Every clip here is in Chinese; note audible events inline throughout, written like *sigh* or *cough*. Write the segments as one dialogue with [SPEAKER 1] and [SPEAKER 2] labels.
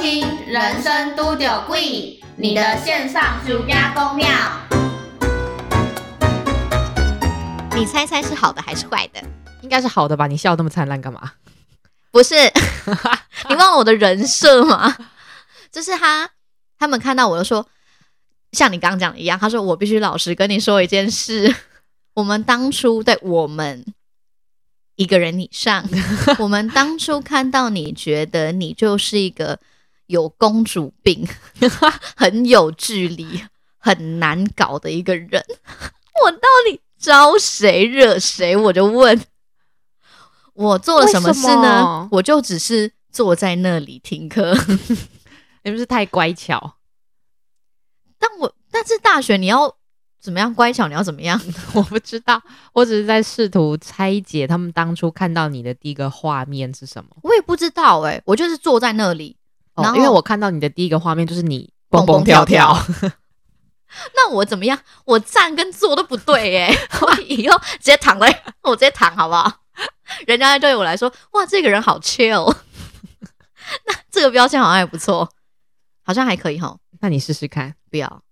[SPEAKER 1] 听《人生都有贵》，你的线上暑假公庙。
[SPEAKER 2] 你猜猜是好的还是坏的？
[SPEAKER 3] 应该是好的吧？你笑那么灿烂干嘛？
[SPEAKER 2] 不是， *laughs* 你忘了我的人设吗？就是他，他们看到我就说，像你刚刚讲的一样，他说我必须老实跟你说一件事， *laughs* 我们当初对我们一个人以
[SPEAKER 3] *laughs*
[SPEAKER 2] 上，我们当初看到你觉得你就是一个有公主病、 *laughs* 很有距离、很难搞的一个人， *laughs* 我到底招谁惹谁？我就问。我做了什么事
[SPEAKER 3] 为什
[SPEAKER 2] 呢
[SPEAKER 3] 么？
[SPEAKER 2] 我就只是坐在那里听课。
[SPEAKER 3] 你不是太乖巧？ *laughs*
[SPEAKER 2] 但我但是大学你要怎么样乖巧？你要怎么样？
[SPEAKER 3] 我不知道，我只是在试图拆解他们当初看到你的第一个画面是什么。
[SPEAKER 2] 我也不知道哎、我就是坐在那里。
[SPEAKER 3] 哦
[SPEAKER 2] 然后
[SPEAKER 3] 因为我看到你的第一个画面就是你
[SPEAKER 2] 蹦蹦
[SPEAKER 3] 蹦蹦跳
[SPEAKER 2] 跳
[SPEAKER 3] 跳，
[SPEAKER 2] 那我怎么样？我站跟坐都不对哎、我以后直接躺在，我直接躺好不好？人家对我来说，哇，这个人好 chill。那这个标签好像也不错，好像还可以哈。
[SPEAKER 3] *laughs* 那你试
[SPEAKER 2] *laughs*
[SPEAKER 3] 试看。
[SPEAKER 2] 不要，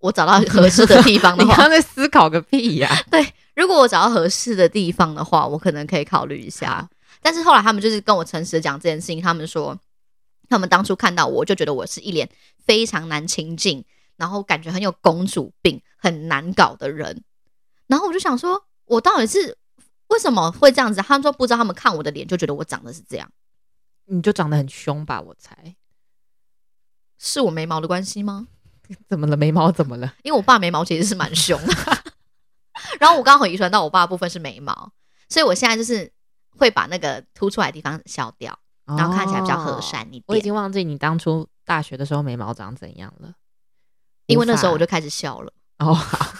[SPEAKER 2] 我找到合适的地方
[SPEAKER 3] 你
[SPEAKER 2] 的
[SPEAKER 3] 刚
[SPEAKER 2] 话，
[SPEAKER 3] 刚在思考个屁呀、
[SPEAKER 2] *laughs* 如果我找到合适的地方的话，我可能可以考虑一下。但是后来他们就是跟我诚实地讲这件事情，他们说他们当初看到我就觉得我是一脸非常难亲近，然后感觉很有公主病、很难搞的人。然后我就想说，我到底是为什么会这样子？他们说不知道，他们看我的脸就觉得我长得是这样，
[SPEAKER 3] 你就长得很凶吧？我猜。
[SPEAKER 2] 是我眉毛的关系吗？
[SPEAKER 3] 怎么了？眉毛怎么了？
[SPEAKER 2] 因为我爸眉毛其实是蛮凶的， *laughs* 然后我刚好遗传到我爸的部分是眉毛，所以我现在就是会把那个凸出来的地方削掉。然后看起来比较和善
[SPEAKER 3] 哦
[SPEAKER 2] 一点。
[SPEAKER 3] 我已经忘记你当初大学的时候眉毛长怎样了，
[SPEAKER 2] 因为那时候
[SPEAKER 3] 无法
[SPEAKER 2] 我就开始笑了。
[SPEAKER 3] 哦，好，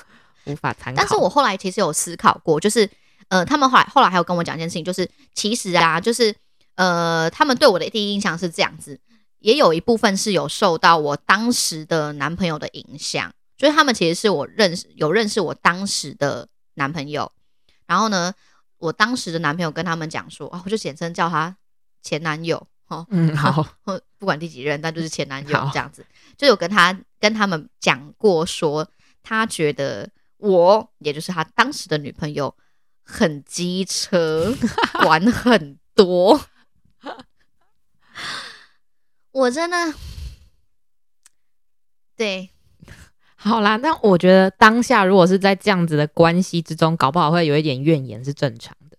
[SPEAKER 3] 无法 *laughs* 参考。
[SPEAKER 2] 但是我后来其实有思考过，就是呃，他们后来后来还有跟我讲一件事情，就是其实啊，就是呃，他们对我的第一印象是这样子，也有一部分是有受到我当时的男朋友的影响，就是他们其实是我认识有认识我当时的男朋友，然后呢，我当时的男朋友跟他们讲说，啊，我就简称叫他前男友哦，
[SPEAKER 3] 嗯好，
[SPEAKER 2] 或不管第几任，但就是前男友
[SPEAKER 3] 好
[SPEAKER 2] 这样子，就有跟他跟他们讲过说，他觉得我，也就是他当时的女朋友，很机车，管很多。我真的，对
[SPEAKER 3] 好啦，那我觉得当下如果是在这样子的关系之中，搞不好会有一点怨言是正常的，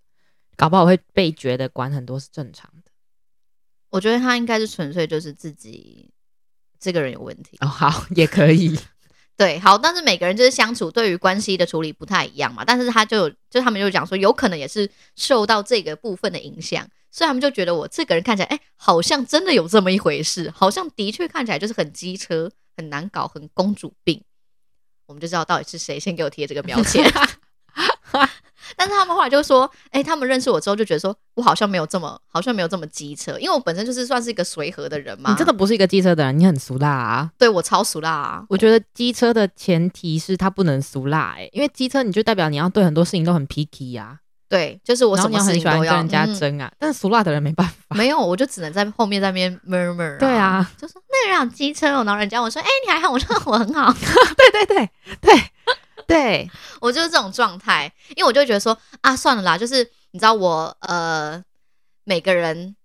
[SPEAKER 3] 搞不好会被觉得管很多是正常的。
[SPEAKER 2] 我觉得他应该是纯粹就是自己这个人有问题。
[SPEAKER 3] 哦，好，也可 *laughs* 以。
[SPEAKER 2] 对，好，但是每个人就是相处对于关系的处理不太一样嘛，但是他就有，就他们就讲说，有可能也是受到这个部分的影响，所以他们就觉得我这个人看起来，哎、好像真的有这么一回事，好像的确看起来就是很机车、很难搞、很公主病，我们就知道到底是谁先给我贴这个标签。
[SPEAKER 3] *laughs*
[SPEAKER 2] 但是他们后来就说，哎、他们认识我之后就觉得说我好像没有这么，好像没有这么机车，因为我本身就是算是一个随和的人嘛。
[SPEAKER 3] 你真的不是一个机车的人，你很俗辣啊。
[SPEAKER 2] 对我超俗啦、啊，
[SPEAKER 3] 我觉得机车的前提是他不能俗辣、欸，因为机车你就代表你要对很多事情都很 picky 呀、
[SPEAKER 2] 对，就是我什
[SPEAKER 3] 然后你
[SPEAKER 2] 么
[SPEAKER 3] 要
[SPEAKER 2] 事
[SPEAKER 3] 很
[SPEAKER 2] 情
[SPEAKER 3] 喜欢
[SPEAKER 2] 都
[SPEAKER 3] 跟
[SPEAKER 2] 要
[SPEAKER 3] 人家
[SPEAKER 2] 嗯
[SPEAKER 3] 争啊。但俗辣的人没办法，
[SPEAKER 2] 没有，我就只能在后面在那边 murmur、
[SPEAKER 3] 对，啊，
[SPEAKER 2] 就说那个人好机车哦，然后人家我说，哎、你还好，我说我很好，*laughs*
[SPEAKER 3] *laughs* 对对对对对，
[SPEAKER 2] 我就是这种状态，因为我就会觉得说啊，算了啦，就是你知道我呃，每个人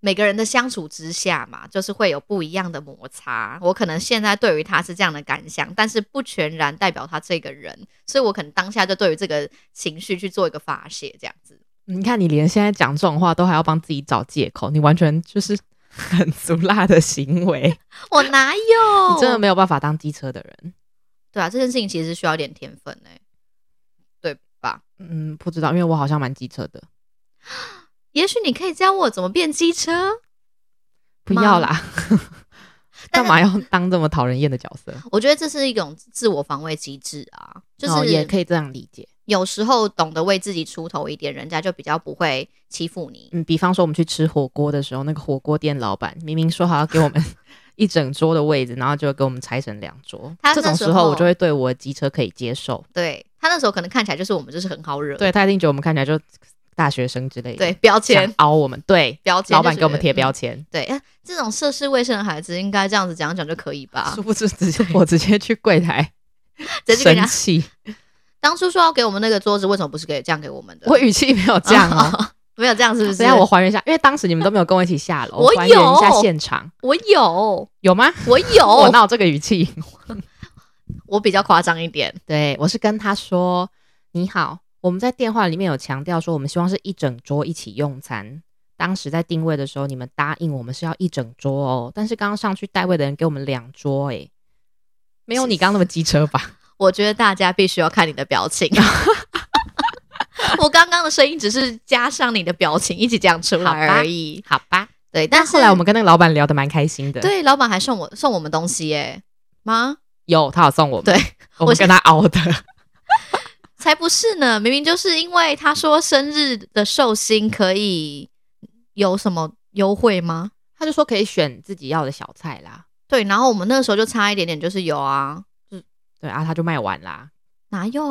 [SPEAKER 2] 每个人的相处之下嘛，就是会有不一样的摩擦。我可能现在对于他是这样的感想，但是不全然代表他这个人，所以我可能当下就对于这个情绪去做一个发泄，这样子。
[SPEAKER 3] 你看你连现在讲这种话都还要帮自己找借口，你完全就是很俗辣的行为，
[SPEAKER 2] 我哪有？
[SPEAKER 3] 你真的没有办法当机车的人。
[SPEAKER 2] 对啊，这件事情其实需要一点天分哎、对吧？
[SPEAKER 3] 嗯，不知道，因为我好像蛮机车的。
[SPEAKER 2] 也许你可以教我怎么变机车。
[SPEAKER 3] 不
[SPEAKER 2] 吗
[SPEAKER 3] 要 *laughs* 啦，
[SPEAKER 2] 但
[SPEAKER 3] 干嘛要当这么讨人厌的角色？
[SPEAKER 2] 我觉得这是一种自我防卫机制啊，就
[SPEAKER 3] 哦也
[SPEAKER 2] 是
[SPEAKER 3] 可以这样理解。
[SPEAKER 2] 有时候懂得为自己出头一点，人家就比较不会欺负你。
[SPEAKER 3] 嗯，比方说我们去吃火锅的时候，那个火锅店老板明明说好要给我 *laughs* 们一整桌的位置，然后就给我们拆成两桌
[SPEAKER 2] 他。
[SPEAKER 3] 这
[SPEAKER 2] 那
[SPEAKER 3] 种
[SPEAKER 2] 时
[SPEAKER 3] 时候
[SPEAKER 2] 候
[SPEAKER 3] 我就会对我的机车可以接受，
[SPEAKER 2] 对他那时候可能看起来就是我们就是很好惹，
[SPEAKER 3] 对他一定觉得我们看起来就大学生之类的，
[SPEAKER 2] 对，，标
[SPEAKER 3] 想
[SPEAKER 2] 签，
[SPEAKER 3] 凹我们，对，
[SPEAKER 2] 标签，
[SPEAKER 3] 老板给我们贴。标签，
[SPEAKER 2] 对，哎这种涉世未深的孩子应该这样子讲讲就可以吧
[SPEAKER 3] 殊？不知直接我直接去柜台
[SPEAKER 2] 直接去给人
[SPEAKER 3] 生
[SPEAKER 2] 家
[SPEAKER 3] 气，
[SPEAKER 2] 当初说要给我们那个桌子，为什么不是给这样给我们的？
[SPEAKER 3] 我语气没有这样 *laughs* 哦。
[SPEAKER 2] 没有这样，是不是？
[SPEAKER 3] 等一下我还原一下，因为当时你们都没有跟我一起下楼，
[SPEAKER 2] 我
[SPEAKER 3] 还原一下
[SPEAKER 2] 有
[SPEAKER 3] 现场，
[SPEAKER 2] 我有，
[SPEAKER 3] 有吗？
[SPEAKER 2] 我有，
[SPEAKER 3] *laughs* 我
[SPEAKER 2] 我
[SPEAKER 3] 哪有这个语气？
[SPEAKER 2] 比较夸张一点。
[SPEAKER 3] 对我是跟他说：“你好，我们在电话里面有强调说，我们希望是一整桌一起用餐。当时在定位的时候，你们答应我们是要一整桌哦，但是刚刚上去带位的人给我们两桌、诶，没有你刚刚那么机车吧？
[SPEAKER 2] 我觉得大家必须要看你的表情。啊 *laughs* 我刚刚的声音只是加上你的表情一起讲出来
[SPEAKER 3] 好吧
[SPEAKER 2] 而已。
[SPEAKER 3] *laughs* 好吧。
[SPEAKER 2] 对，但
[SPEAKER 3] 但
[SPEAKER 2] 是
[SPEAKER 3] 后来我们跟那个老板聊得蛮开心的，，
[SPEAKER 2] 对老板还送我送我们东西耶、妈，
[SPEAKER 3] 有他有送我们，
[SPEAKER 2] 对，
[SPEAKER 3] *laughs*
[SPEAKER 2] 我
[SPEAKER 3] 我们跟他熬的，
[SPEAKER 2] 才不是呢！明明就是因为他说生日的寿星可以有什么优惠吗？
[SPEAKER 3] *laughs* 他就说可以选自己要的小菜啦。
[SPEAKER 2] 对，然后我们那个时候就差一点点，就是有啊，
[SPEAKER 3] 对啊，他就卖完啦。
[SPEAKER 2] 哪有？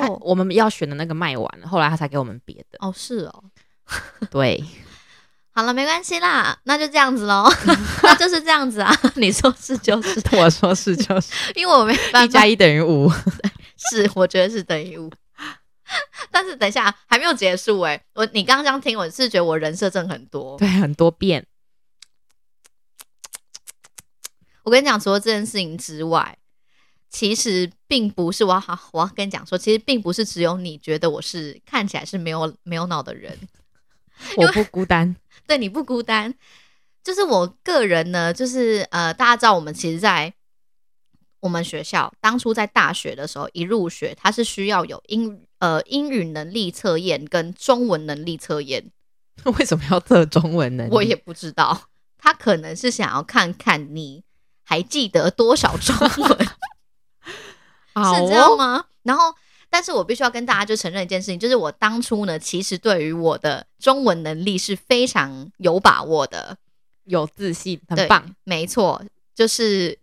[SPEAKER 3] 他我们要选的那个卖完了，后来他才给我们别的。
[SPEAKER 2] 哦，是哦，
[SPEAKER 3] *laughs* 对，
[SPEAKER 2] 好了，没关系啦，那就这样子喽， *laughs* 那就是这样子啊， *laughs* 你说是就是，
[SPEAKER 3] 我说是就是
[SPEAKER 2] 因为我没
[SPEAKER 3] 一
[SPEAKER 2] 办法
[SPEAKER 3] 加，一等于五。
[SPEAKER 2] 是我觉得是等于五。但是等一下还没有结束哎、我你刚刚这样听，我是觉得我人设真的很多。
[SPEAKER 3] *laughs* 对，很多遍。
[SPEAKER 2] 我跟你讲，除了这件事情之外，其实并不是我要好，我要跟你讲说，其实并不是只有你觉得我是看起来是没有没有脑的人，
[SPEAKER 3] 我不孤单， *laughs*
[SPEAKER 2] 对，你不孤单。就是我个人呢，就是呃，大家知道我们其实，在我们学校当初在大学的时候，一入学它是需要有英呃英语能力测验跟中文能力测验，
[SPEAKER 3] 为什么要测中文能力？
[SPEAKER 2] 我也不知道，他可能是想要看看你还记得多少中文。
[SPEAKER 3] *laughs* 好
[SPEAKER 2] 是这样
[SPEAKER 3] 哦，
[SPEAKER 2] 吗？然后，但是我必须要跟大家就承认一件事情，就是我当初呢，其实对于我的中文能力是非常有把握的，
[SPEAKER 3] 有自信，
[SPEAKER 2] 对
[SPEAKER 3] 很棒。，
[SPEAKER 2] 没错，就是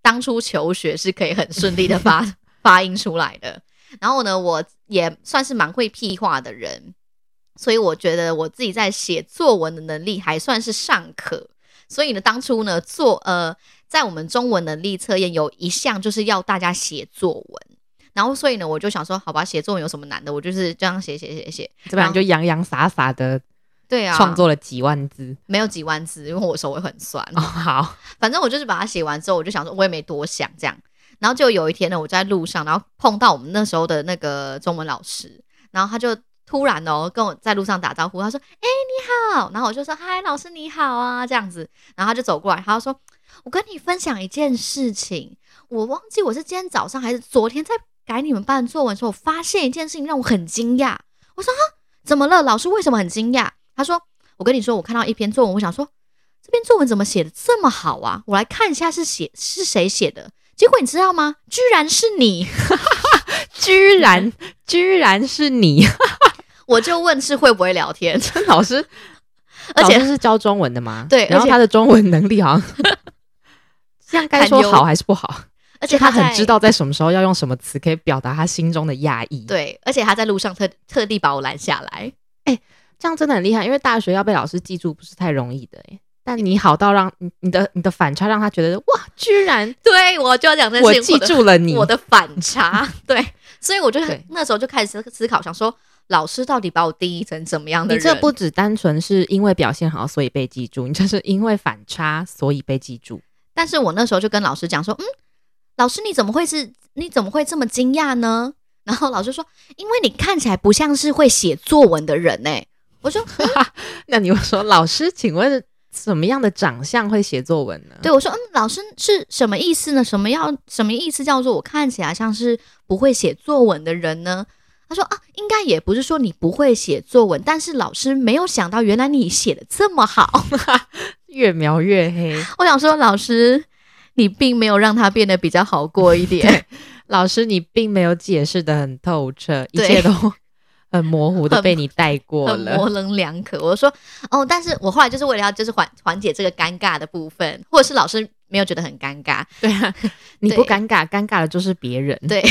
[SPEAKER 2] 当初求学是可以很顺利的
[SPEAKER 3] *laughs*
[SPEAKER 2] 发发音出来的。然后呢，我也算是蛮会屁话的人，所以我觉得我自己在写作文的能力还算是尚可。所以呢，当初呢做呃，在我们中文能力测验有一项就是要大家写作文，然后所以呢，我就想说，好吧，写作文有什么难的？我就是这样写写写写。
[SPEAKER 3] 这边就洋洋洒洒的
[SPEAKER 2] 对啊，
[SPEAKER 3] 创作了几万字。
[SPEAKER 2] 没有几万字，因为我手会很酸。
[SPEAKER 3] 哦，好，
[SPEAKER 2] 反正我就是把它写完之后，我就想说，我也没多想这样。然后就有一天呢，我就在路上，然后碰到我们那时候的那个中文老师，然后他就突然哦跟我在路上打招呼，他说：“哎、你好。”然后我就说：“嗨，老师你好啊。”这样子，然后他就走过来，他就说：“我跟你分享一件事情，我忘记我是今天早上还是昨天在改你们班的作文的时候，我发现一件事情让我很惊讶。”我说：“啊，怎么了？老师为什么很惊讶？”他说：“我跟你说，我看到一篇作文，我想说这篇作文怎么写的这么好啊？我来看一下是写是谁写的。结果你知道吗？居然是你！ *laughs*
[SPEAKER 3] 居 *laughs* 然居然是你，
[SPEAKER 2] 我就问是会不会聊天， *laughs*
[SPEAKER 3] 老师，
[SPEAKER 2] 而且
[SPEAKER 3] 老师是教中文的吗？
[SPEAKER 2] 对
[SPEAKER 3] 然后
[SPEAKER 2] 而且
[SPEAKER 3] 他的中文能力
[SPEAKER 2] *laughs*
[SPEAKER 3] 好像这样该说好还是不好？
[SPEAKER 2] 而且
[SPEAKER 3] 他
[SPEAKER 2] 在
[SPEAKER 3] 很知道在什么时候要用什么词可以表达他心中的压抑。，
[SPEAKER 2] 对，而且他在路上特特地把我拦下来。 *laughs*
[SPEAKER 3] 这样真的很厉害，因为大学要被老师记住不是太容易的哎。但你好到让你你的你的反差让他觉得哇，居然
[SPEAKER 2] 对，我就要讲这
[SPEAKER 3] 我
[SPEAKER 2] 件事情，
[SPEAKER 3] 记住了你，
[SPEAKER 2] 我的反差。 *laughs* 对，所以我就
[SPEAKER 3] 对
[SPEAKER 2] 那时候就开始思思考，想说老师到底把我定义成怎么样的
[SPEAKER 3] 你
[SPEAKER 2] 人？
[SPEAKER 3] 这不只单纯是因为表现好所以被记住，你这是因为反差所以被记住。
[SPEAKER 2] 但是我那时候就跟老师讲说，嗯，老师你怎么会是你怎么会这么惊讶呢？然后老师说，因为你看起来不像是会写作文的人呢、我说，嗯
[SPEAKER 3] 那你会说，老师，请问什么样的长相会写作文呢？
[SPEAKER 2] 对，我说，嗯，老师是什么意思呢？什么要什么意思叫做我看起来像是不会写作文的人呢？他说啊，应该也不是说你不会写作文，但是老师没有想到，原来你写的这么好。
[SPEAKER 3] 越描
[SPEAKER 2] *laughs*
[SPEAKER 3] 越黑。
[SPEAKER 2] 我想说，老师，你并没有让他变得比较好过一点，
[SPEAKER 3] 老师，你并没有解释的很透彻，一
[SPEAKER 2] 对
[SPEAKER 3] 切都
[SPEAKER 2] *laughs*
[SPEAKER 3] 很模糊的被你带过
[SPEAKER 2] 很模
[SPEAKER 3] 了。
[SPEAKER 2] 棱两可。我说哦，但是我后来就是为了要就是缓缓解这个尴尬的部分，或者是老师没有觉得很尴尬，
[SPEAKER 3] 对啊，你
[SPEAKER 2] 对
[SPEAKER 3] 不尴尬，尴尬的就是别人。
[SPEAKER 2] 对，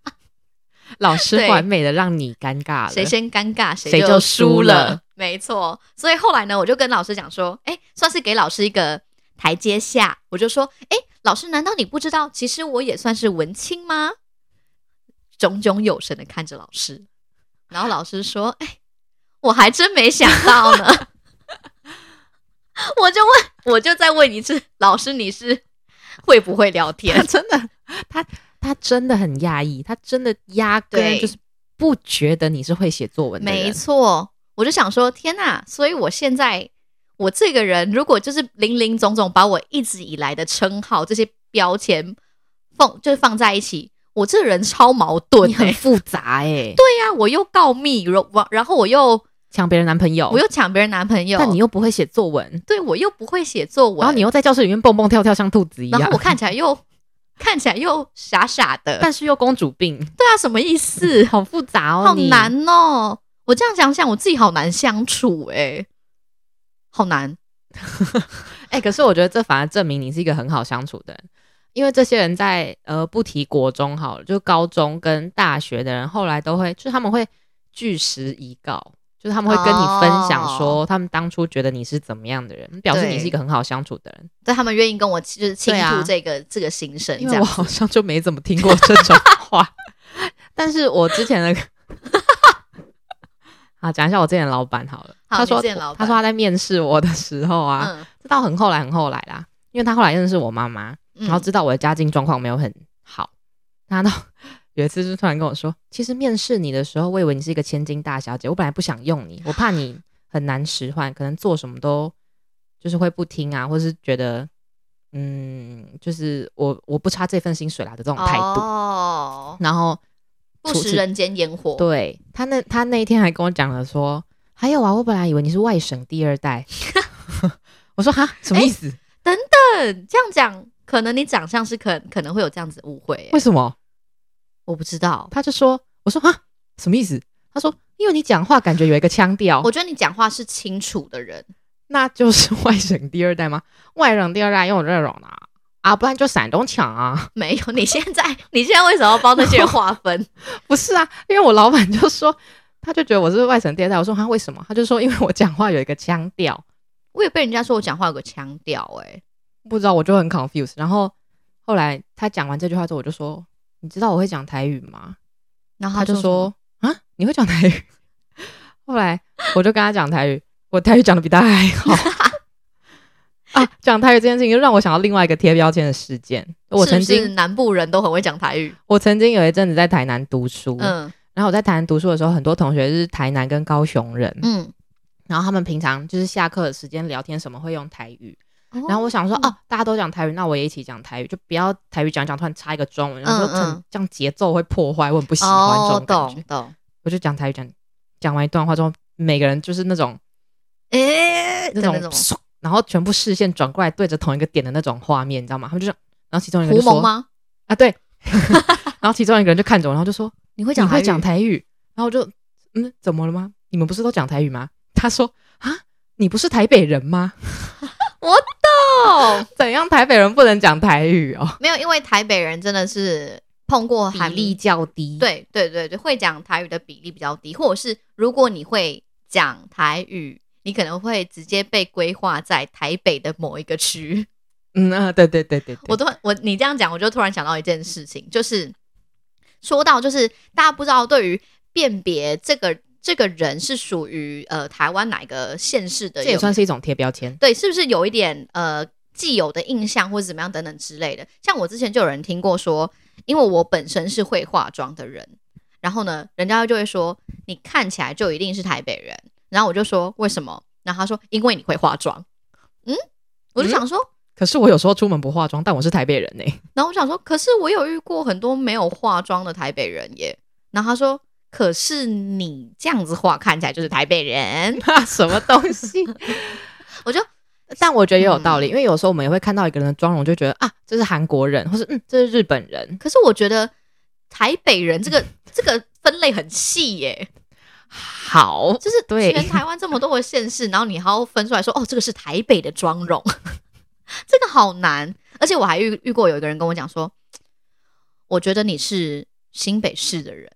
[SPEAKER 3] *laughs* 老师
[SPEAKER 2] 对
[SPEAKER 3] 完美的让你尴尬了。
[SPEAKER 2] 谁先尴尬
[SPEAKER 3] 谁
[SPEAKER 2] 就
[SPEAKER 3] 就输
[SPEAKER 2] 了。
[SPEAKER 3] 了
[SPEAKER 2] 没错，所以后来呢，我就跟老师讲说，哎，算是给老师一个台阶下。我就说，哎，老师，难道你不知道，其实我也算是文青吗？炯炯有神的看着老师，然后老师说，哎，我还真没想到呢。 *laughs* 我就问，我就再问一次，老师，你是会不会聊
[SPEAKER 3] 他
[SPEAKER 2] 天？
[SPEAKER 3] 真的，他他真的很压抑，他真的压根
[SPEAKER 2] 对
[SPEAKER 3] 就是不觉得你是会写作文的
[SPEAKER 2] 没
[SPEAKER 3] 人。
[SPEAKER 2] 错，我就想说，天呐！所以我现在我这个人，如果就是林林总总把我一直以来的称号这些标签放就是放在一起，我这人超矛盾、
[SPEAKER 3] 你
[SPEAKER 2] 欸。
[SPEAKER 3] 很复杂哎、
[SPEAKER 2] *laughs* 对呀、我又告密，然后然后我又
[SPEAKER 3] 抢别人男朋友，
[SPEAKER 2] 我又抢别人男朋友，
[SPEAKER 3] 但你又不会写作文，
[SPEAKER 2] 对我又不会写作文，
[SPEAKER 3] 然后你又在教室里面蹦蹦跳跳，像兔子一样。
[SPEAKER 2] 然后我，看起来又看起来又傻傻的，
[SPEAKER 3] 但是又公主病，
[SPEAKER 2] *laughs* 对啊，什么意思？
[SPEAKER 3] 好复杂哦，
[SPEAKER 2] 好
[SPEAKER 3] 你。
[SPEAKER 2] 难哦！我这样想想，我自己好难相处哎、好难。
[SPEAKER 3] 哎、可是我觉得这反而证明你是一个很好相处的人，因为这些人在呃不提国中好了，就高中跟大学的人，后来都会，就是他们会据实以告，就是他们会跟
[SPEAKER 2] 哦
[SPEAKER 3] 你分享说他们当初觉得你是怎么样的人，表示你是一个很好相处的人。
[SPEAKER 2] 对他们愿意跟我就是倾
[SPEAKER 3] 对啊
[SPEAKER 2] 吐这个、这个心声，
[SPEAKER 3] 因
[SPEAKER 2] 这
[SPEAKER 3] 为
[SPEAKER 2] 样
[SPEAKER 3] 我好像就没怎么听过这种话， *laughs* 但是我之前的。 *laughs* 啊，讲一下我之前的老板好了。
[SPEAKER 2] 好
[SPEAKER 3] 他说
[SPEAKER 2] 你之前的老板
[SPEAKER 3] 他说他在面试我的时候啊，
[SPEAKER 2] 嗯，
[SPEAKER 3] 这到很后来很后来啦，因为他后来认识我妈妈，
[SPEAKER 2] 嗯
[SPEAKER 3] *laughs* 然后知道我的家境状况没有很好，他到有一次就突然跟我说，其实面试你的时候，我以为你是一个千金大小姐，我本来不想用你，我怕你很难使唤，可能做什么都就是会不听啊，或是觉得嗯，就是我我不差这份薪水啦的这种态度。
[SPEAKER 2] 哦，
[SPEAKER 3] 然后
[SPEAKER 2] 不
[SPEAKER 3] 除
[SPEAKER 2] 食
[SPEAKER 3] 此
[SPEAKER 2] 人间烟火，
[SPEAKER 3] 对他那他那一天还跟我讲了说，还有啊，我本来以为你是外省第二
[SPEAKER 2] *laughs*
[SPEAKER 3] 代，我说哈什么意
[SPEAKER 2] 哎
[SPEAKER 3] 思？
[SPEAKER 2] 嗯，这样讲，可能你长相是可可能会有这样子误会欸、
[SPEAKER 3] 为什么？
[SPEAKER 2] 我不知道。
[SPEAKER 3] 他就说，我说啊，什么意思？他说，因为你讲话感觉有一个腔调
[SPEAKER 2] 我，觉得你讲话是清楚的人， *laughs*
[SPEAKER 3] 那就是外省第二代吗？外省第二代用这种啊啊，不然就山东腔啊，
[SPEAKER 2] 没有。你现在， *laughs* 你现在为什么要帮那些人划
[SPEAKER 3] *laughs*
[SPEAKER 2] 分？
[SPEAKER 3] 不是啊，因为我老板就说，他就觉得我是外省第二代，我说他、啊为什么？他就说因为我讲话有一个腔调，
[SPEAKER 2] 我也被人家说我讲话有个腔调，哎，
[SPEAKER 3] 不知道我就很 confused。然后后来他讲完这句话之后，我就说，你知道我会讲台语吗？
[SPEAKER 2] 然后
[SPEAKER 3] 他就
[SPEAKER 2] 什么，
[SPEAKER 3] 说啊，你会讲台语？ *laughs* 后来我就跟他讲台语，我台语讲的比他还好。
[SPEAKER 2] *laughs*
[SPEAKER 3] 啊，讲台语这件事情，就让我想到另外一个贴标签的事件。我
[SPEAKER 2] 是
[SPEAKER 3] 曾
[SPEAKER 2] 不
[SPEAKER 3] 经，
[SPEAKER 2] 是南部人都很会讲台语，
[SPEAKER 3] 我曾经有一阵子在台南读书，
[SPEAKER 2] 嗯
[SPEAKER 3] 然后我在台南读书的时候，很多同学是台南跟高雄人，
[SPEAKER 2] 嗯，
[SPEAKER 3] 然后他们平常就是下课的时间聊天什么会用台语，
[SPEAKER 2] 然
[SPEAKER 3] 然后我想说，
[SPEAKER 2] 嗯
[SPEAKER 3] 哦、大家都讲台语，那我也一起讲台语，就不要台语讲一讲突然插一个中文，然后说
[SPEAKER 2] 嗯
[SPEAKER 3] 这
[SPEAKER 2] 嗯
[SPEAKER 3] 样这样节奏会破坏，我很不喜欢这
[SPEAKER 2] 哦，
[SPEAKER 3] 种感觉
[SPEAKER 2] 懂。懂，
[SPEAKER 3] 我就讲台语讲讲完一段话之后，每个人就是那种
[SPEAKER 2] 哎，
[SPEAKER 3] 那
[SPEAKER 2] 的
[SPEAKER 3] 种
[SPEAKER 2] 那种
[SPEAKER 3] 唰然后全部视线转过来对着同一个点的那种画面，你知道吗？他们就这样，然后其中一个
[SPEAKER 2] 胡
[SPEAKER 3] 就
[SPEAKER 2] 蒙
[SPEAKER 3] 说
[SPEAKER 2] 吗？
[SPEAKER 3] 啊对， *laughs* 然后其中一个人就看着我，然后就说
[SPEAKER 2] *laughs* 你会
[SPEAKER 3] 你
[SPEAKER 2] 讲台语？
[SPEAKER 3] 会讲台语，然后我就嗯怎么了吗？你们不是都讲台语吗？他说啊你不是台北人吗？ *laughs*
[SPEAKER 2] 哦，
[SPEAKER 3] 怎样台北人不能讲台语哦？
[SPEAKER 2] *laughs* 没有，因为台北人真的是碰过
[SPEAKER 3] 比
[SPEAKER 2] 韩
[SPEAKER 3] 例，较低，，
[SPEAKER 2] 对对对对，会讲台语的比例比较低，或者是如果你会讲台语，你可能会直接被规划在台北的某一个区。
[SPEAKER 3] 嗯啊对对对 *laughs* 对对，
[SPEAKER 2] 我突然我你这样讲，我就突然想到一件事情，就是说到就是大家不知道对于辨别这个这个人是属于呃台湾哪个县市的
[SPEAKER 3] 这
[SPEAKER 2] 有，
[SPEAKER 3] 也算是一种贴标签，
[SPEAKER 2] 对，是不是有一点呃既有的印象或者怎么样等等之类的？像我之前就有人听过说，因为我本身是会化妆的人，然后呢，人家就会说你看起来就一定是台北人，然后我就说为什么？然后他说因为你会化妆，嗯，我就想说，
[SPEAKER 3] 可是我有时候出门不化妆，但我是台北人欸呢、
[SPEAKER 2] 然后我想说，可是我有遇过很多没有化妆的台北人耶，然后他说。可是你这样子化看起来就是台北人，
[SPEAKER 3] *laughs* 什么东西？
[SPEAKER 2] 我就
[SPEAKER 3] 但我觉得也有道理，因为有时候我们也会看到一个人的妆容，就觉得啊，这是韩国人，或是嗯，这是日本人。
[SPEAKER 2] 可是我觉得台北人这个这个分类很细耶，
[SPEAKER 3] 好，
[SPEAKER 2] 就是
[SPEAKER 3] 对
[SPEAKER 2] 全台湾这么多的县市，然后你还要分出来说，哦，这个是台北的妆容， *laughs* 这个好难。而且我还遇遇过有一个人跟我讲说，我觉得你是新北市的人，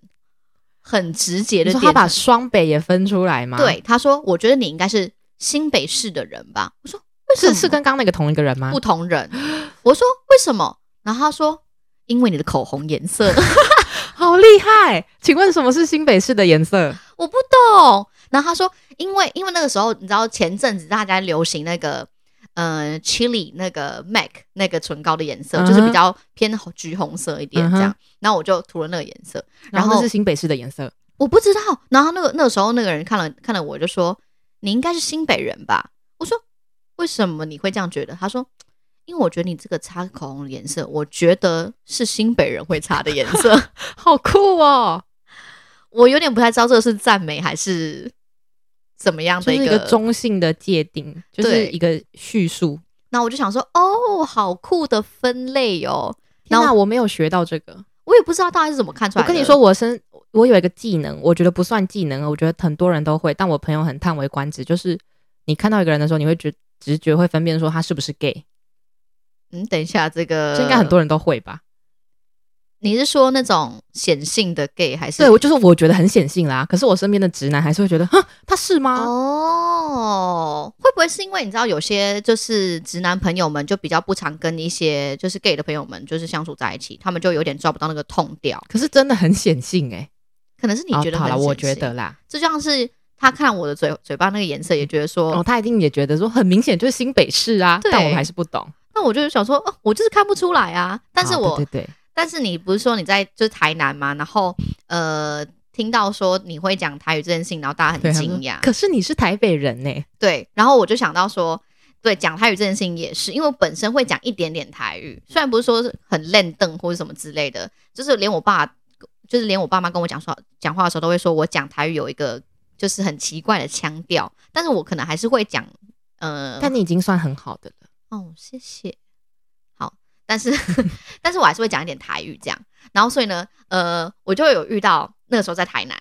[SPEAKER 2] 很直接
[SPEAKER 3] 你
[SPEAKER 2] 的
[SPEAKER 3] 说
[SPEAKER 2] 点
[SPEAKER 3] 他
[SPEAKER 2] 成。
[SPEAKER 3] 把啊双北也分出来吗？
[SPEAKER 2] 对，他说：“我觉得你应该是新北市的人吧？”我说：“为什
[SPEAKER 3] 是
[SPEAKER 2] 么？
[SPEAKER 3] 是跟刚刚那个同一个人吗
[SPEAKER 2] 不？同人。”我说：“为什么？”然后他说：“因为你的口红颜色。”
[SPEAKER 3] 好厉害！请问什么是新北市的颜色？
[SPEAKER 2] 我不懂。然后他说，因为因为那个时候你知道前阵子大家流行那个呃 Chili 那个 Mac 那个唇膏的颜色
[SPEAKER 3] 嗯哼
[SPEAKER 2] 就是比较偏橘红色一点这样
[SPEAKER 3] 嗯
[SPEAKER 2] 然后我就涂了那个颜色，然
[SPEAKER 3] 然后
[SPEAKER 2] 后
[SPEAKER 3] 那是新北市的颜色，
[SPEAKER 2] 我不知道。然后那个那个时候那个人看了看了我就说，你应该是新北人吧？我说为什么你会这样觉得？他说。因为我觉得你这个擦口红的颜色，我觉得是新北人会擦的颜色，
[SPEAKER 3] 好酷哦！
[SPEAKER 2] 我有点不太知道这个是赞美还是怎么样的
[SPEAKER 3] 就是
[SPEAKER 2] 一
[SPEAKER 3] 一
[SPEAKER 2] 个
[SPEAKER 3] 个中性的界定，就是
[SPEAKER 2] 对
[SPEAKER 3] 一个叙述。
[SPEAKER 2] 那我就想说，哦，好酷的分类哦！
[SPEAKER 3] 天
[SPEAKER 2] 然
[SPEAKER 3] 哪，
[SPEAKER 2] 后
[SPEAKER 3] 我没有学到这个。
[SPEAKER 2] 我也不知道大家是怎么看出
[SPEAKER 3] 我
[SPEAKER 2] 来的。
[SPEAKER 3] 跟你说，，我身我有一个技能，我觉得不算技能，哦我觉得很多人都会，但我朋友很叹为观止，就是你看到一个人的时候，你会觉直觉会分辨说他是不是 gay，
[SPEAKER 2] 嗯，等一下，这个
[SPEAKER 3] 这应该很。多人都会吧？
[SPEAKER 2] 你是说那种显性的 gay 还是？
[SPEAKER 3] 对，我就是我觉得很显性啦，可是我身边的直男还是会觉得，哼，他是吗？啊
[SPEAKER 2] 哦，会不会是因为你知道有些就是直男朋友们就比较不常跟一些就是 gay 的朋友们就是相处在一起，他们就有点抓不到那个痛调，
[SPEAKER 3] 可是真的很显性哎、
[SPEAKER 2] 可能是你
[SPEAKER 3] 哦
[SPEAKER 2] 觉得
[SPEAKER 3] 好
[SPEAKER 2] 很、
[SPEAKER 3] 了，我觉，得啦，
[SPEAKER 2] 就像是他看我的嘴嘴巴那个颜色，也觉得说，
[SPEAKER 3] 哦，他一定也觉得说很明显就是新北市啊，
[SPEAKER 2] 对
[SPEAKER 3] 但我们还是不懂。
[SPEAKER 2] 那我就想说，哦，我就是看不出来啊，但是
[SPEAKER 3] 好
[SPEAKER 2] 我
[SPEAKER 3] 哦对对对，
[SPEAKER 2] 但是你不是说你在就是台南嘛，然后呃听到说你会讲台语这件事情，然后大家
[SPEAKER 3] 对
[SPEAKER 2] 很
[SPEAKER 3] 他
[SPEAKER 2] 惊
[SPEAKER 3] 们
[SPEAKER 2] 讶，嗯
[SPEAKER 3] 可是你是台北人呢、
[SPEAKER 2] 对，然后我就想到说，对，讲台语这件事情也是，因为我本身会讲一点点台语，虽然不是说是很烂瞪或者什么之类的，就是连我爸，就是连我爸妈跟我讲说讲话的时候，都会说我讲台语有一个就是很奇怪的腔调，但是我可能还是会讲，呃，
[SPEAKER 3] 但你已经算很好的了。
[SPEAKER 2] 哦，谢谢。好，但是但是我还是会讲一点台语这样。然后所以呢，呃，我就有遇到那个时候在台南，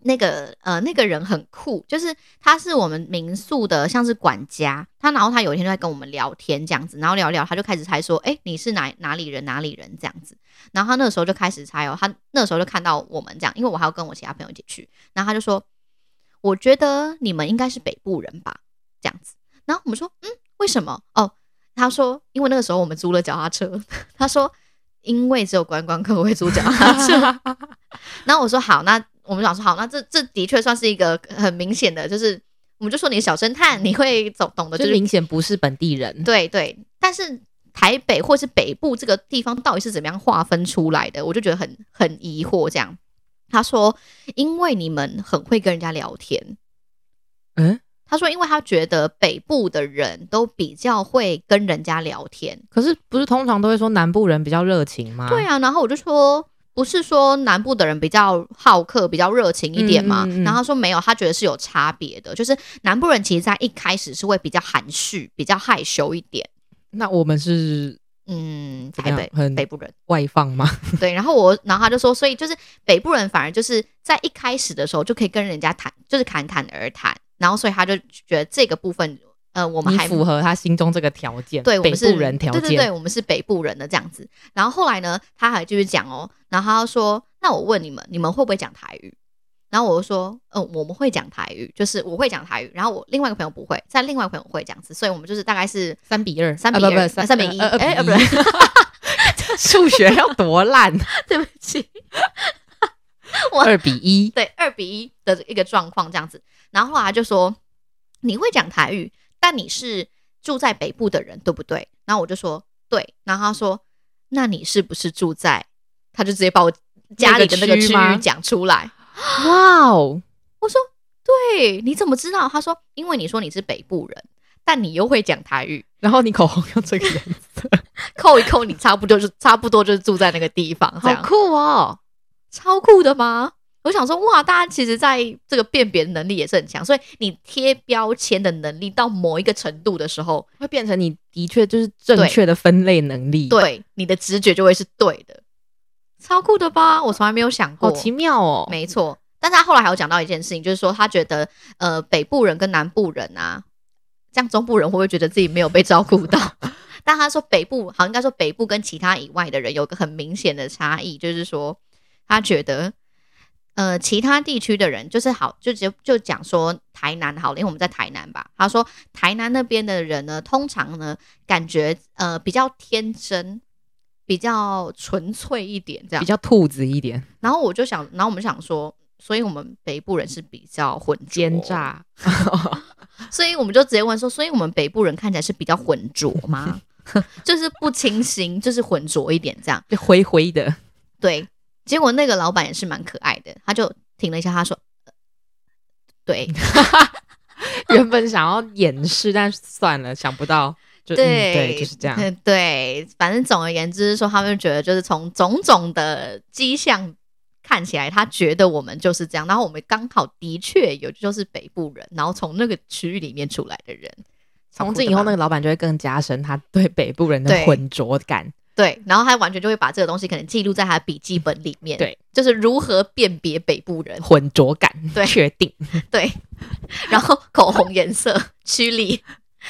[SPEAKER 2] 那个呃那个人很酷，就是他是我们民宿的像是管家，他然后他有一天就在跟我们聊天这样子，然后聊聊他就开始猜说，哎、你是哪哪里人哪里人这样子。然后他那个时候就开始猜哦，他那时候就看到我们这样，因为我还要跟我其他朋友一起去，然后他就说，我觉得你们应该是北部人吧，这样子。然后我们说，嗯，为什么？哦，他说，因为那个时候我们租了脚踏车， *laughs* 他说，因为只有观光客会租脚踏车。 *laughs* 然后我说好，那我们想说好，那这这的确算是一个很明显的，就是我们就说你是小侦探，你会懂懂得
[SPEAKER 3] 就
[SPEAKER 2] 就是是
[SPEAKER 3] 明显不是本地人，
[SPEAKER 2] 对对，但是台北或是北部这个地方到底是怎么样划分出来的，我就觉得很很疑惑。这样，他说，因为你们很会跟人家聊天。
[SPEAKER 3] 嗯，
[SPEAKER 2] 他说，因为他觉得北部的人都比较会跟人家聊天。
[SPEAKER 3] 可是不是通常都会说南部人比较热情吗？
[SPEAKER 2] 对啊，然后我就说。不是说南部的人比较好客、比较热情一点吗？
[SPEAKER 3] 嗯嗯嗯
[SPEAKER 2] 然后他说没有，他觉得是有差别的，就是南部人其实，在一开始是会比较含蓄、比较害羞一点。
[SPEAKER 3] 那我们是
[SPEAKER 2] 嗯，
[SPEAKER 3] 怎
[SPEAKER 2] 台
[SPEAKER 3] 么样
[SPEAKER 2] 北
[SPEAKER 3] 很
[SPEAKER 2] 北部人。
[SPEAKER 3] 外放吗？
[SPEAKER 2] 对，然后我，然后他就说，所以就是北部人反而就是在一开始的时候就可以跟人家谈，就是侃侃而谈，然后所以他就觉得这个部分，呃，我们
[SPEAKER 3] 你
[SPEAKER 2] 还
[SPEAKER 3] 符合他心中这个条件，
[SPEAKER 2] 对，我
[SPEAKER 3] 北
[SPEAKER 2] 们是
[SPEAKER 3] 部人条
[SPEAKER 2] 对对对，
[SPEAKER 3] 件。
[SPEAKER 2] 我们是北部人的这样子。然后后来呢，他还继续讲哦，然后他说，那我问你们，你们会不会讲台语？然后我就说，嗯，我们会讲台语，就是我会讲台语，然后我另外一个朋友不会，在另外一个朋友会这样子，所以我们就是大概是
[SPEAKER 3] 三比二，
[SPEAKER 2] 三
[SPEAKER 3] 啊
[SPEAKER 2] 比
[SPEAKER 3] 不不
[SPEAKER 2] 二
[SPEAKER 3] 三
[SPEAKER 2] 三比一
[SPEAKER 3] 呃
[SPEAKER 2] 哎
[SPEAKER 3] 二
[SPEAKER 2] 呃
[SPEAKER 3] 比
[SPEAKER 2] 不
[SPEAKER 3] 一， *laughs* 数学要多
[SPEAKER 2] *laughs*
[SPEAKER 3] 烂，
[SPEAKER 2] *laughs* 对不起，
[SPEAKER 3] 二比一，
[SPEAKER 2] 对二比一的一个状况这样子。然后后来他就说你会讲台语，但你是住在北部的人，对不对？然后我就说对，然后他说那你是不是住在？他就直接把我家里的那个
[SPEAKER 3] 那个
[SPEAKER 2] 区
[SPEAKER 3] 区吗
[SPEAKER 2] 域讲出来。
[SPEAKER 3] 哇哦，
[SPEAKER 2] 我说对，你怎么知道？他说因为你说你是北部人，但你又会讲台语，
[SPEAKER 3] 然后你口红用这个颜色，
[SPEAKER 2] 扣一扣，你差不多就是差不多就是住在那个地方，这样
[SPEAKER 3] 酷哦！
[SPEAKER 2] 超酷的吗？我想说，哇，大家其实在这个辨别能力也是很强，所以你贴标签的能力到某一个程度的时候，
[SPEAKER 3] 会变成你的确就是正
[SPEAKER 2] 对
[SPEAKER 3] 确的分类能力，，
[SPEAKER 2] 对你的直觉就会是对的，超酷的吧？我从来没有想过，
[SPEAKER 3] 好奇妙哦。
[SPEAKER 2] 没错。但是他后来还有讲到一件事情，就是说他觉得，呃，北部人跟南部人啊，这样中部人会不会觉得自己没有被照顾到？ *laughs* 但他说北部，好像应该说北部跟其他以外的人有个很明显的差异，就是说他觉得，呃其他地区的人，就是好就就就讲说台南好了，因为我们在台南吧。他说台南那边的人呢，通常呢感觉呃比较天真，比较纯粹一点这样
[SPEAKER 3] 比。较兔子一点，
[SPEAKER 2] 然后我就想，然后我们想说，所以我们北部人是比较浑浊
[SPEAKER 3] 奸，诈。
[SPEAKER 2] 所以我们就直接问说，所以我们北部人看起来是比较浑浊吗？ *laughs* 就是不清新，就是浑浊一点这样。
[SPEAKER 3] 就灰
[SPEAKER 2] *laughs*
[SPEAKER 3] 灰的，
[SPEAKER 2] 对，结果那个老板也是蛮可爱的，他就停了一下，他说：“呃对
[SPEAKER 3] 原本想要掩饰，但是算了，想不到就嗯对，就是这样。
[SPEAKER 2] 嗯对，反正总而言之是说，他们觉得就是从种种的迹象看起来，他觉得我们就是这样。然后我们刚好的确有就是北部人，然后从那个区域里面出来的人，
[SPEAKER 3] 从今以后，那
[SPEAKER 2] 个
[SPEAKER 3] 个老板就会更加深他对北部人的
[SPEAKER 2] 对
[SPEAKER 3] 浑浊感。
[SPEAKER 2] 对，然后他完全就会把这个东西可能记录在他的笔记本里面，
[SPEAKER 3] 对，
[SPEAKER 2] 就是如何辨别北部人，
[SPEAKER 3] 浑浊感，
[SPEAKER 2] 对
[SPEAKER 3] 确定。 *laughs*
[SPEAKER 2] 对，然后口红颜色、区里。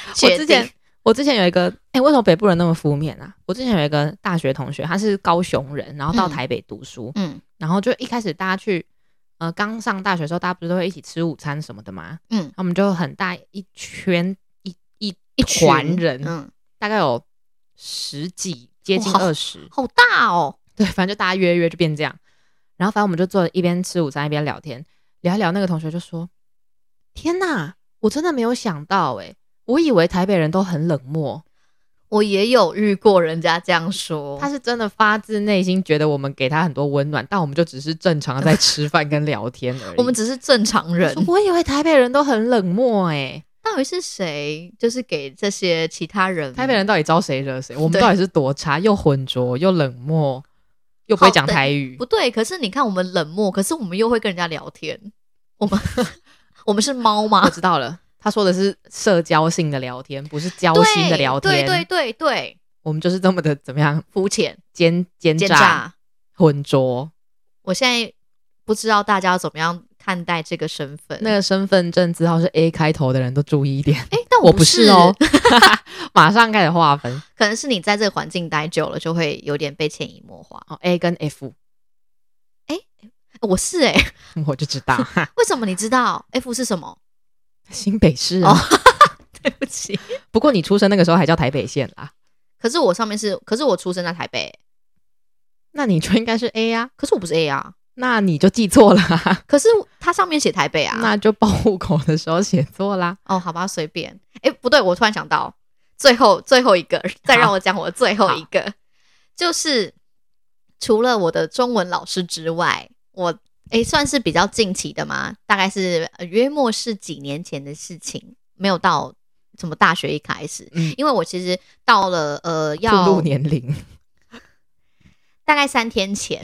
[SPEAKER 3] 我
[SPEAKER 2] 确
[SPEAKER 3] 之
[SPEAKER 2] 定
[SPEAKER 3] 前我之前有一个，哎、为什么北部人那么负面啊？我之前有一个大学同学，他是高雄人，然后到
[SPEAKER 2] 嗯
[SPEAKER 3] 台北读书，
[SPEAKER 2] 嗯
[SPEAKER 3] 然后就一开始大家去，呃，刚上大学的时候，大家不是都会一起吃午餐什么的嘛，
[SPEAKER 2] 嗯
[SPEAKER 3] 然后我们就很大一圈一一
[SPEAKER 2] 一群
[SPEAKER 3] 团人，
[SPEAKER 2] 嗯，
[SPEAKER 3] 大概有十几，接近
[SPEAKER 2] 哇
[SPEAKER 3] 二十，
[SPEAKER 2] 好大哦，
[SPEAKER 3] 对，反正就大家约一约就变这样。然后反正我们就坐着一边吃午餐一边聊天，聊一聊那个同学就说：“天哪，我真的没有想到哎、我以为台北人都很冷漠，
[SPEAKER 2] 我也有遇过人家这样说，
[SPEAKER 3] 他是真的发自内心觉得我们给他很多温暖，但我们就只是正常
[SPEAKER 2] *laughs*
[SPEAKER 3] 的在吃饭跟聊天而已。
[SPEAKER 2] 我们只是正常人
[SPEAKER 3] 说。我以为台北人都很冷漠哎、
[SPEAKER 2] 到底是谁？就是给这些其他人，
[SPEAKER 3] 台北人到底招谁惹谁？我们
[SPEAKER 2] 嗯对
[SPEAKER 3] 到底是多差，又浑浊又冷漠，又不会讲台语
[SPEAKER 2] 不，对。可是你看，我们冷漠，可是我们又会跟人家聊天。我
[SPEAKER 3] *laughs*
[SPEAKER 2] 们我们是猫
[SPEAKER 3] 我
[SPEAKER 2] 吗？
[SPEAKER 3] 知道了。他说的是社交性的聊天，不是交
[SPEAKER 2] 对
[SPEAKER 3] 心的聊天。
[SPEAKER 2] 对对对对，
[SPEAKER 3] 我们就是这么的怎么样
[SPEAKER 2] 肤浅
[SPEAKER 3] 奸奸
[SPEAKER 2] 奸
[SPEAKER 3] 诈、
[SPEAKER 2] 诈。
[SPEAKER 3] 浑浊。
[SPEAKER 2] 我现在不知道大家怎么样看待这个身份。
[SPEAKER 3] 那个身份证字号是 A 开头的人都注意一点，
[SPEAKER 2] 哎，但
[SPEAKER 3] 我
[SPEAKER 2] 不
[SPEAKER 3] 是哦， *laughs* 马上开始划分
[SPEAKER 2] *laughs* 可能是你在这个环境待久了，就会有点被潜移默化。
[SPEAKER 3] 哦，A 跟 F *laughs*
[SPEAKER 2] 我是哎、
[SPEAKER 3] 我就 *laughs* 知道
[SPEAKER 2] 为什么你知道 F 是什么？
[SPEAKER 3] 新北市啊。
[SPEAKER 2] 哦对不起，
[SPEAKER 3] 不过你出生那个时候还叫台北县啦，
[SPEAKER 2] 可是我上面是，可是我出生在台北欸、
[SPEAKER 3] 那你就应该是 A 啊，
[SPEAKER 2] 可是我不是 A 啊，
[SPEAKER 3] 那你就记错了啊、
[SPEAKER 2] 可是它上面写台北啊。
[SPEAKER 3] 那就报户口的时候写错啦。
[SPEAKER 2] 哦，好吧，随便。哎、不对，我突然想到，最后最后一个，再让我讲我最后一个，就是除了我的中文老师之外，我哎、诶算是比较近期的嘛，大概是呃约莫是几年前的事情，没有到什么大学一开始，
[SPEAKER 3] 嗯
[SPEAKER 2] 因为我其实到了呃
[SPEAKER 3] 步
[SPEAKER 2] 要
[SPEAKER 3] 入年龄，
[SPEAKER 2] 大概三天前，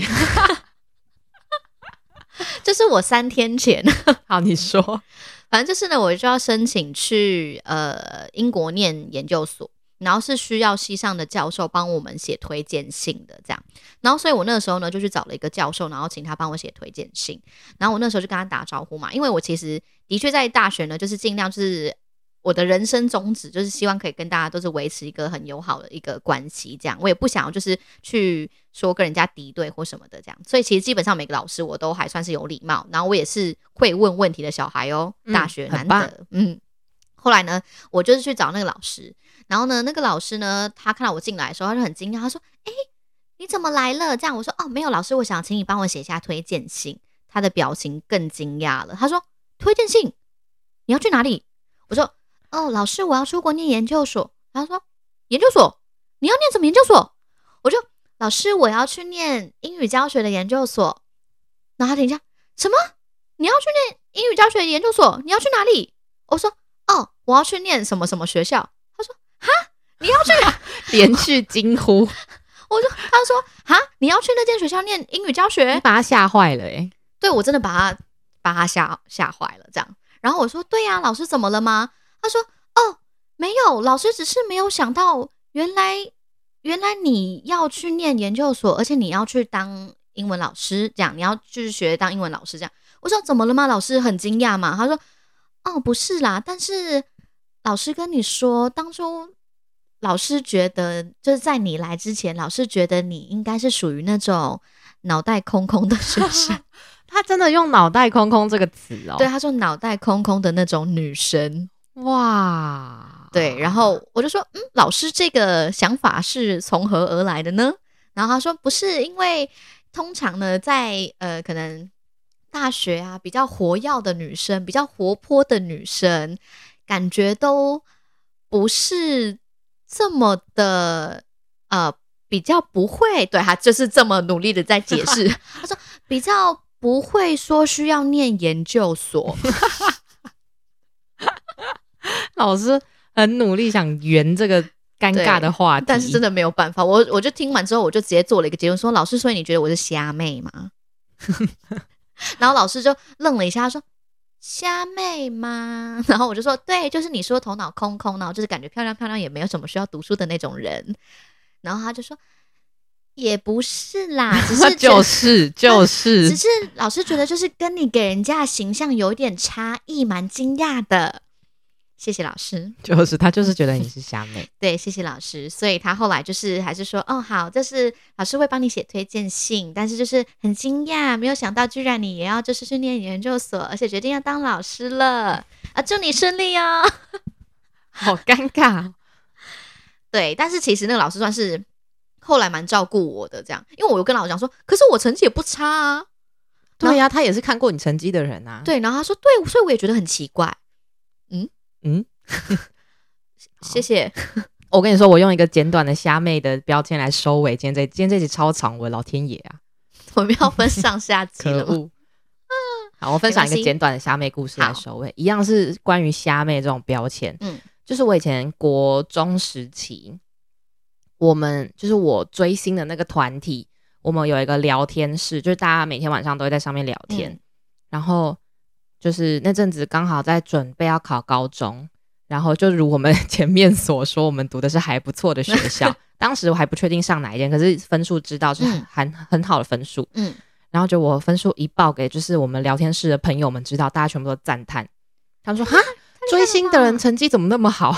[SPEAKER 2] *laughs* 就是我三天前，
[SPEAKER 3] 好，你说，
[SPEAKER 2] 反正就是呢，我就要申请去呃英国念研究所，然后是需要系上的教授帮我们写推荐信的这样。然后所以我那个时候呢，就去找了一个教授，然后请他帮我写推荐信。然后我那时候就跟他打招呼嘛，因为我其实的确在大学呢，就是尽量就是。我的人生宗旨就是希望可以跟大家都是维持一个很友好的一个关系，这样我也不想要就是去说跟人家敌对或什么的这样，所以其实基本上每个老师我都还算是有礼貌，然后我也是会问问题的小孩哦，
[SPEAKER 3] 嗯
[SPEAKER 2] 大学
[SPEAKER 3] 很
[SPEAKER 2] 难
[SPEAKER 3] 棒
[SPEAKER 2] 得，嗯。后来呢，我就是去找那个老师，然后呢，那个老师呢，他看到我进来的时候，他就很惊讶，他说：“哎、你怎么来了？”这样我说：“哦，没有，老师，我想请你帮我写一下推荐信。”他的表情更惊讶了，他说：“推荐信，你要去哪里？”我说：“哦，老师，我要出国念研究所。”他说：“研究所？你要念什么研究所？”我就：“老师，我要去念英语教学的研究所。”然后他停下：“什么？你要去念英语教学的研究所？你要去哪里？”我说：“哦，我要去念什么什么学校。”他说：“哈，你要去哪？”
[SPEAKER 3] 连续惊呼，
[SPEAKER 2] 我就他就说哈，你要去那间学校念英语教
[SPEAKER 3] *laughs* 你
[SPEAKER 2] 学？
[SPEAKER 3] 把他吓坏了哎、
[SPEAKER 2] 对我真的把他把他吓吓坏了这样。然后我说对呀、老师怎么了吗？他说哦，没有，老师只是没有想到，原来原来你要去念研究所，而且你要去当英文老师，这样你要去学当英文老师这样。我说怎么了吗？老师很惊讶嘛。他说哦，不是啦，但是老师跟你说，当初老师觉得就是在你来之前，老师觉得你应该是属于那种脑袋空空的学生。
[SPEAKER 3] 他真的用“脑袋空空”这个词哦。
[SPEAKER 2] 对，，她说脑袋空空的那种女生。
[SPEAKER 3] 哇，
[SPEAKER 2] 对，然后我就说，嗯，老师这个想法是从何而来的呢？然后他说，不是因为通常呢，在呃，可能大学啊，比较活跃的女生，比较活泼的女生，感觉都不是这么的呃，比较不会。对，他就是这么努力的在解释，他说比较不会说需要念研究所。 *laughs*
[SPEAKER 3] 老师很努力想圆这个尴尬的话题，
[SPEAKER 2] 但是真的没有办法，我我就听完之后，我就直接做了一个结论，说老师，所以你觉得我是虾妹吗？然后老师就愣了一下，他说虾妹吗？然后我就说对，就是你说头脑空空，然后就是感觉漂亮漂亮，也没有什么需要读书的那种人。然后他就说也不是啦，只是觉
[SPEAKER 3] *laughs* 就
[SPEAKER 2] 得
[SPEAKER 3] 是就是
[SPEAKER 2] 只是老师觉得就是跟你给人家的形象有一点差异，蛮惊讶的。谢谢老师。
[SPEAKER 3] *laughs* 就是，他就是觉得你是虾
[SPEAKER 2] *laughs*
[SPEAKER 3] 妹。
[SPEAKER 2] 对，谢谢老师。所以他后来就是还是说，哦，好，就是老师会帮你写推荐信，但是就是很惊讶，没有想到居然你也要就是去念研究所，而且决定要当老师了啊！祝你顺利哦。
[SPEAKER 3] 好尴尬，
[SPEAKER 2] 对，但是其实那个老师算是后来蛮照顾我的，这样，因为我有跟老师讲说，可是我成绩也不差啊。
[SPEAKER 3] 对呀、他也是看过你成绩的人啊。，
[SPEAKER 2] 对，然后他说，对，所以我也觉得很奇怪。
[SPEAKER 3] 嗯，
[SPEAKER 2] 谢谢。
[SPEAKER 3] 我跟你说，我用一个简短的虾妹的标签来收尾今天这今天这集超长，我的老天爷啊，
[SPEAKER 2] 我们要分上下级
[SPEAKER 3] 可
[SPEAKER 2] 了吗？
[SPEAKER 3] 恶！ *laughs* 好，我分享一
[SPEAKER 2] 哦没
[SPEAKER 3] 个
[SPEAKER 2] 关系
[SPEAKER 3] 简短的虾妹故事来收尾，一样是关于虾妹这种标签。
[SPEAKER 2] 嗯
[SPEAKER 3] 嗯，就是我以前国中时期，我们就是我追星的那个团体，我们有一个聊天室，就是大家每天晚上都会在上面聊天。
[SPEAKER 2] 嗯
[SPEAKER 3] 然后就是那阵子刚好在准备要考高中，然后就如我们前面所说，我们读的是还不错的学
[SPEAKER 2] *laughs*
[SPEAKER 3] 校。当时我还不确定上哪一间，可是分数知道是
[SPEAKER 2] 嗯
[SPEAKER 3] 很很好的分数。
[SPEAKER 2] 嗯，
[SPEAKER 3] 然后就我分数一报给就是我们聊天室的朋友们知道，大家全部都赞叹，他们说哈，追星的人成绩怎么那么好？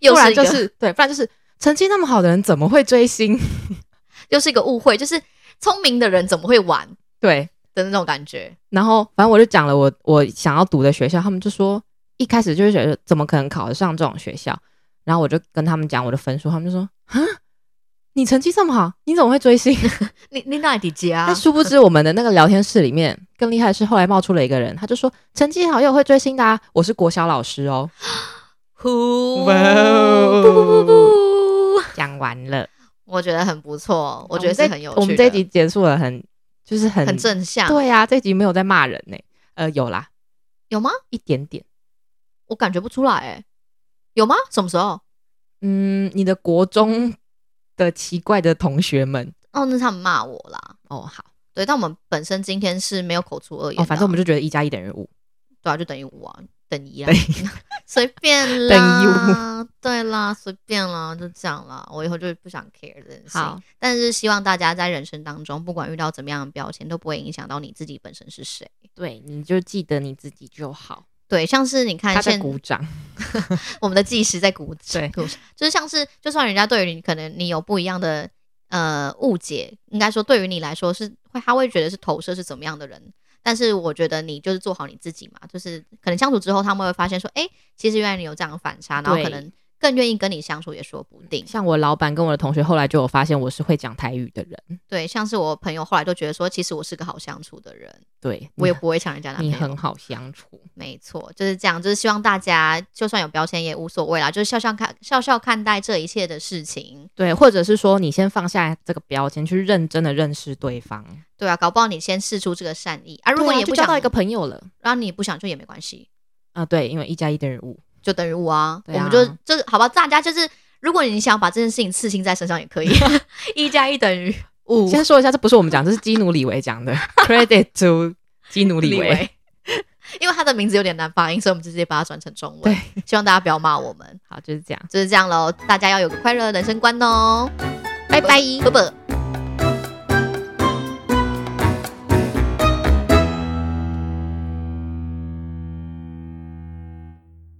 [SPEAKER 2] 又
[SPEAKER 3] *laughs* 不
[SPEAKER 2] 是
[SPEAKER 3] 然
[SPEAKER 2] 一个
[SPEAKER 3] 就是对，不然就是成绩那么好的人怎么会追星？ *laughs*
[SPEAKER 2] 又是一个误会，就是聪明的人怎么会玩
[SPEAKER 3] 对，
[SPEAKER 2] 的那种感觉。
[SPEAKER 3] 然后反正我就讲了我我想要读的学校，他们就说一开始就是觉得怎么可能考得上这种学校，然后我就跟他们讲我的分数，他们就说啊，你成绩这么好，你怎么会追星？
[SPEAKER 2] 你你哪底姐 *laughs* 啊
[SPEAKER 3] 但？殊不知，我们的那个聊天室里面更厉害的是，后来冒出了一个人，他就说成绩好又会追星的、啊，我是国小老师
[SPEAKER 2] *laughs*
[SPEAKER 3] 哦。
[SPEAKER 2] 呼
[SPEAKER 3] 哇哦
[SPEAKER 2] 不不不不，
[SPEAKER 3] 讲完了，
[SPEAKER 2] 我觉得很不错，我觉得是很有趣的
[SPEAKER 3] 我们这一集结束了很，就是很
[SPEAKER 2] 很正向，
[SPEAKER 3] 对啊，这一集没有在骂人呢、呃，有啦，
[SPEAKER 2] 有吗？
[SPEAKER 3] 一点点。
[SPEAKER 2] 我感觉不出来哎、有吗？什么时候？
[SPEAKER 3] 嗯，你的国中的奇怪的同学们，
[SPEAKER 2] 哦，那是他们骂我啦。
[SPEAKER 3] 哦，好，
[SPEAKER 2] 对，但我们本身今天是没有口出恶言的啊、
[SPEAKER 3] 哦，反正我们就觉得一加一等于五，
[SPEAKER 2] 对啊，就等于五啊，等一啊
[SPEAKER 3] 等，
[SPEAKER 2] *laughs* 随
[SPEAKER 3] *laughs*
[SPEAKER 2] 便啦，
[SPEAKER 3] 等
[SPEAKER 2] 对啦，随便啦，就这样啦。我以后就不想 care 这件事情
[SPEAKER 3] 好，
[SPEAKER 2] 但是希望大家在人生当中，不管遇到怎么样的标签，都不会影响到你自己本身是谁。
[SPEAKER 3] 对，你就记得你自己就好。
[SPEAKER 2] 对，像是你看
[SPEAKER 3] 他在
[SPEAKER 2] 现
[SPEAKER 3] 鼓掌，
[SPEAKER 2] 我们的计时在鼓
[SPEAKER 3] 对
[SPEAKER 2] 鼓就是像是就算人家对于你可能你有不一样的呃误解，应该说对于你来说是会他会觉得是投射是怎么样的人，但是我觉得你就是做好你自己嘛，就是可能相处之后他们会发现说，哎、其实原来你有这样的反差，然后
[SPEAKER 3] 对
[SPEAKER 2] 可能更愿意跟你相处也说不定。
[SPEAKER 3] 像我老板跟我的同学后来就有发现我是会讲台语的人，
[SPEAKER 2] 对，像是我朋友后来都觉得说，其实我是个好相处的人，
[SPEAKER 3] 对
[SPEAKER 2] 我也
[SPEAKER 3] 你
[SPEAKER 2] 不会抢人家男朋
[SPEAKER 3] 你
[SPEAKER 2] 友。
[SPEAKER 3] 很好相处，
[SPEAKER 2] 没错，就是这样，就是希望大家就算有标签也无所谓啦，就是笑笑看笑笑看待这一切的事情。
[SPEAKER 3] 对，或者是说你先放下这个标签，去认真的认识对方。
[SPEAKER 2] 对啊，搞不好你先试出这个善意啊。如果
[SPEAKER 3] 对啊
[SPEAKER 2] 你也
[SPEAKER 3] 就
[SPEAKER 2] 不
[SPEAKER 3] 交
[SPEAKER 2] 想，
[SPEAKER 3] 到一个朋友了
[SPEAKER 2] 然后你不想就也没关系，
[SPEAKER 3] 啊，对，因为一加一等于五，
[SPEAKER 2] 就等于五啊。
[SPEAKER 3] 对
[SPEAKER 2] 我
[SPEAKER 3] 啊
[SPEAKER 2] 们就就是好吧，大家就是，如果你想把这件事情刺青在身上也
[SPEAKER 3] *laughs*
[SPEAKER 2] 可以，一加一等于五。
[SPEAKER 3] 先说一下，这不是我们讲，这是基努里维 *laughs* 讲的，credit to 基努里维。，
[SPEAKER 2] *laughs* 因为他的名字有点难发音，所以我们直接把它转成中文
[SPEAKER 3] 对。
[SPEAKER 2] 希望大家不要骂我们，
[SPEAKER 3] 好，就是这样，
[SPEAKER 2] 就是这样喽。大家要有个快乐的人生观哦，拜拜，啵啵。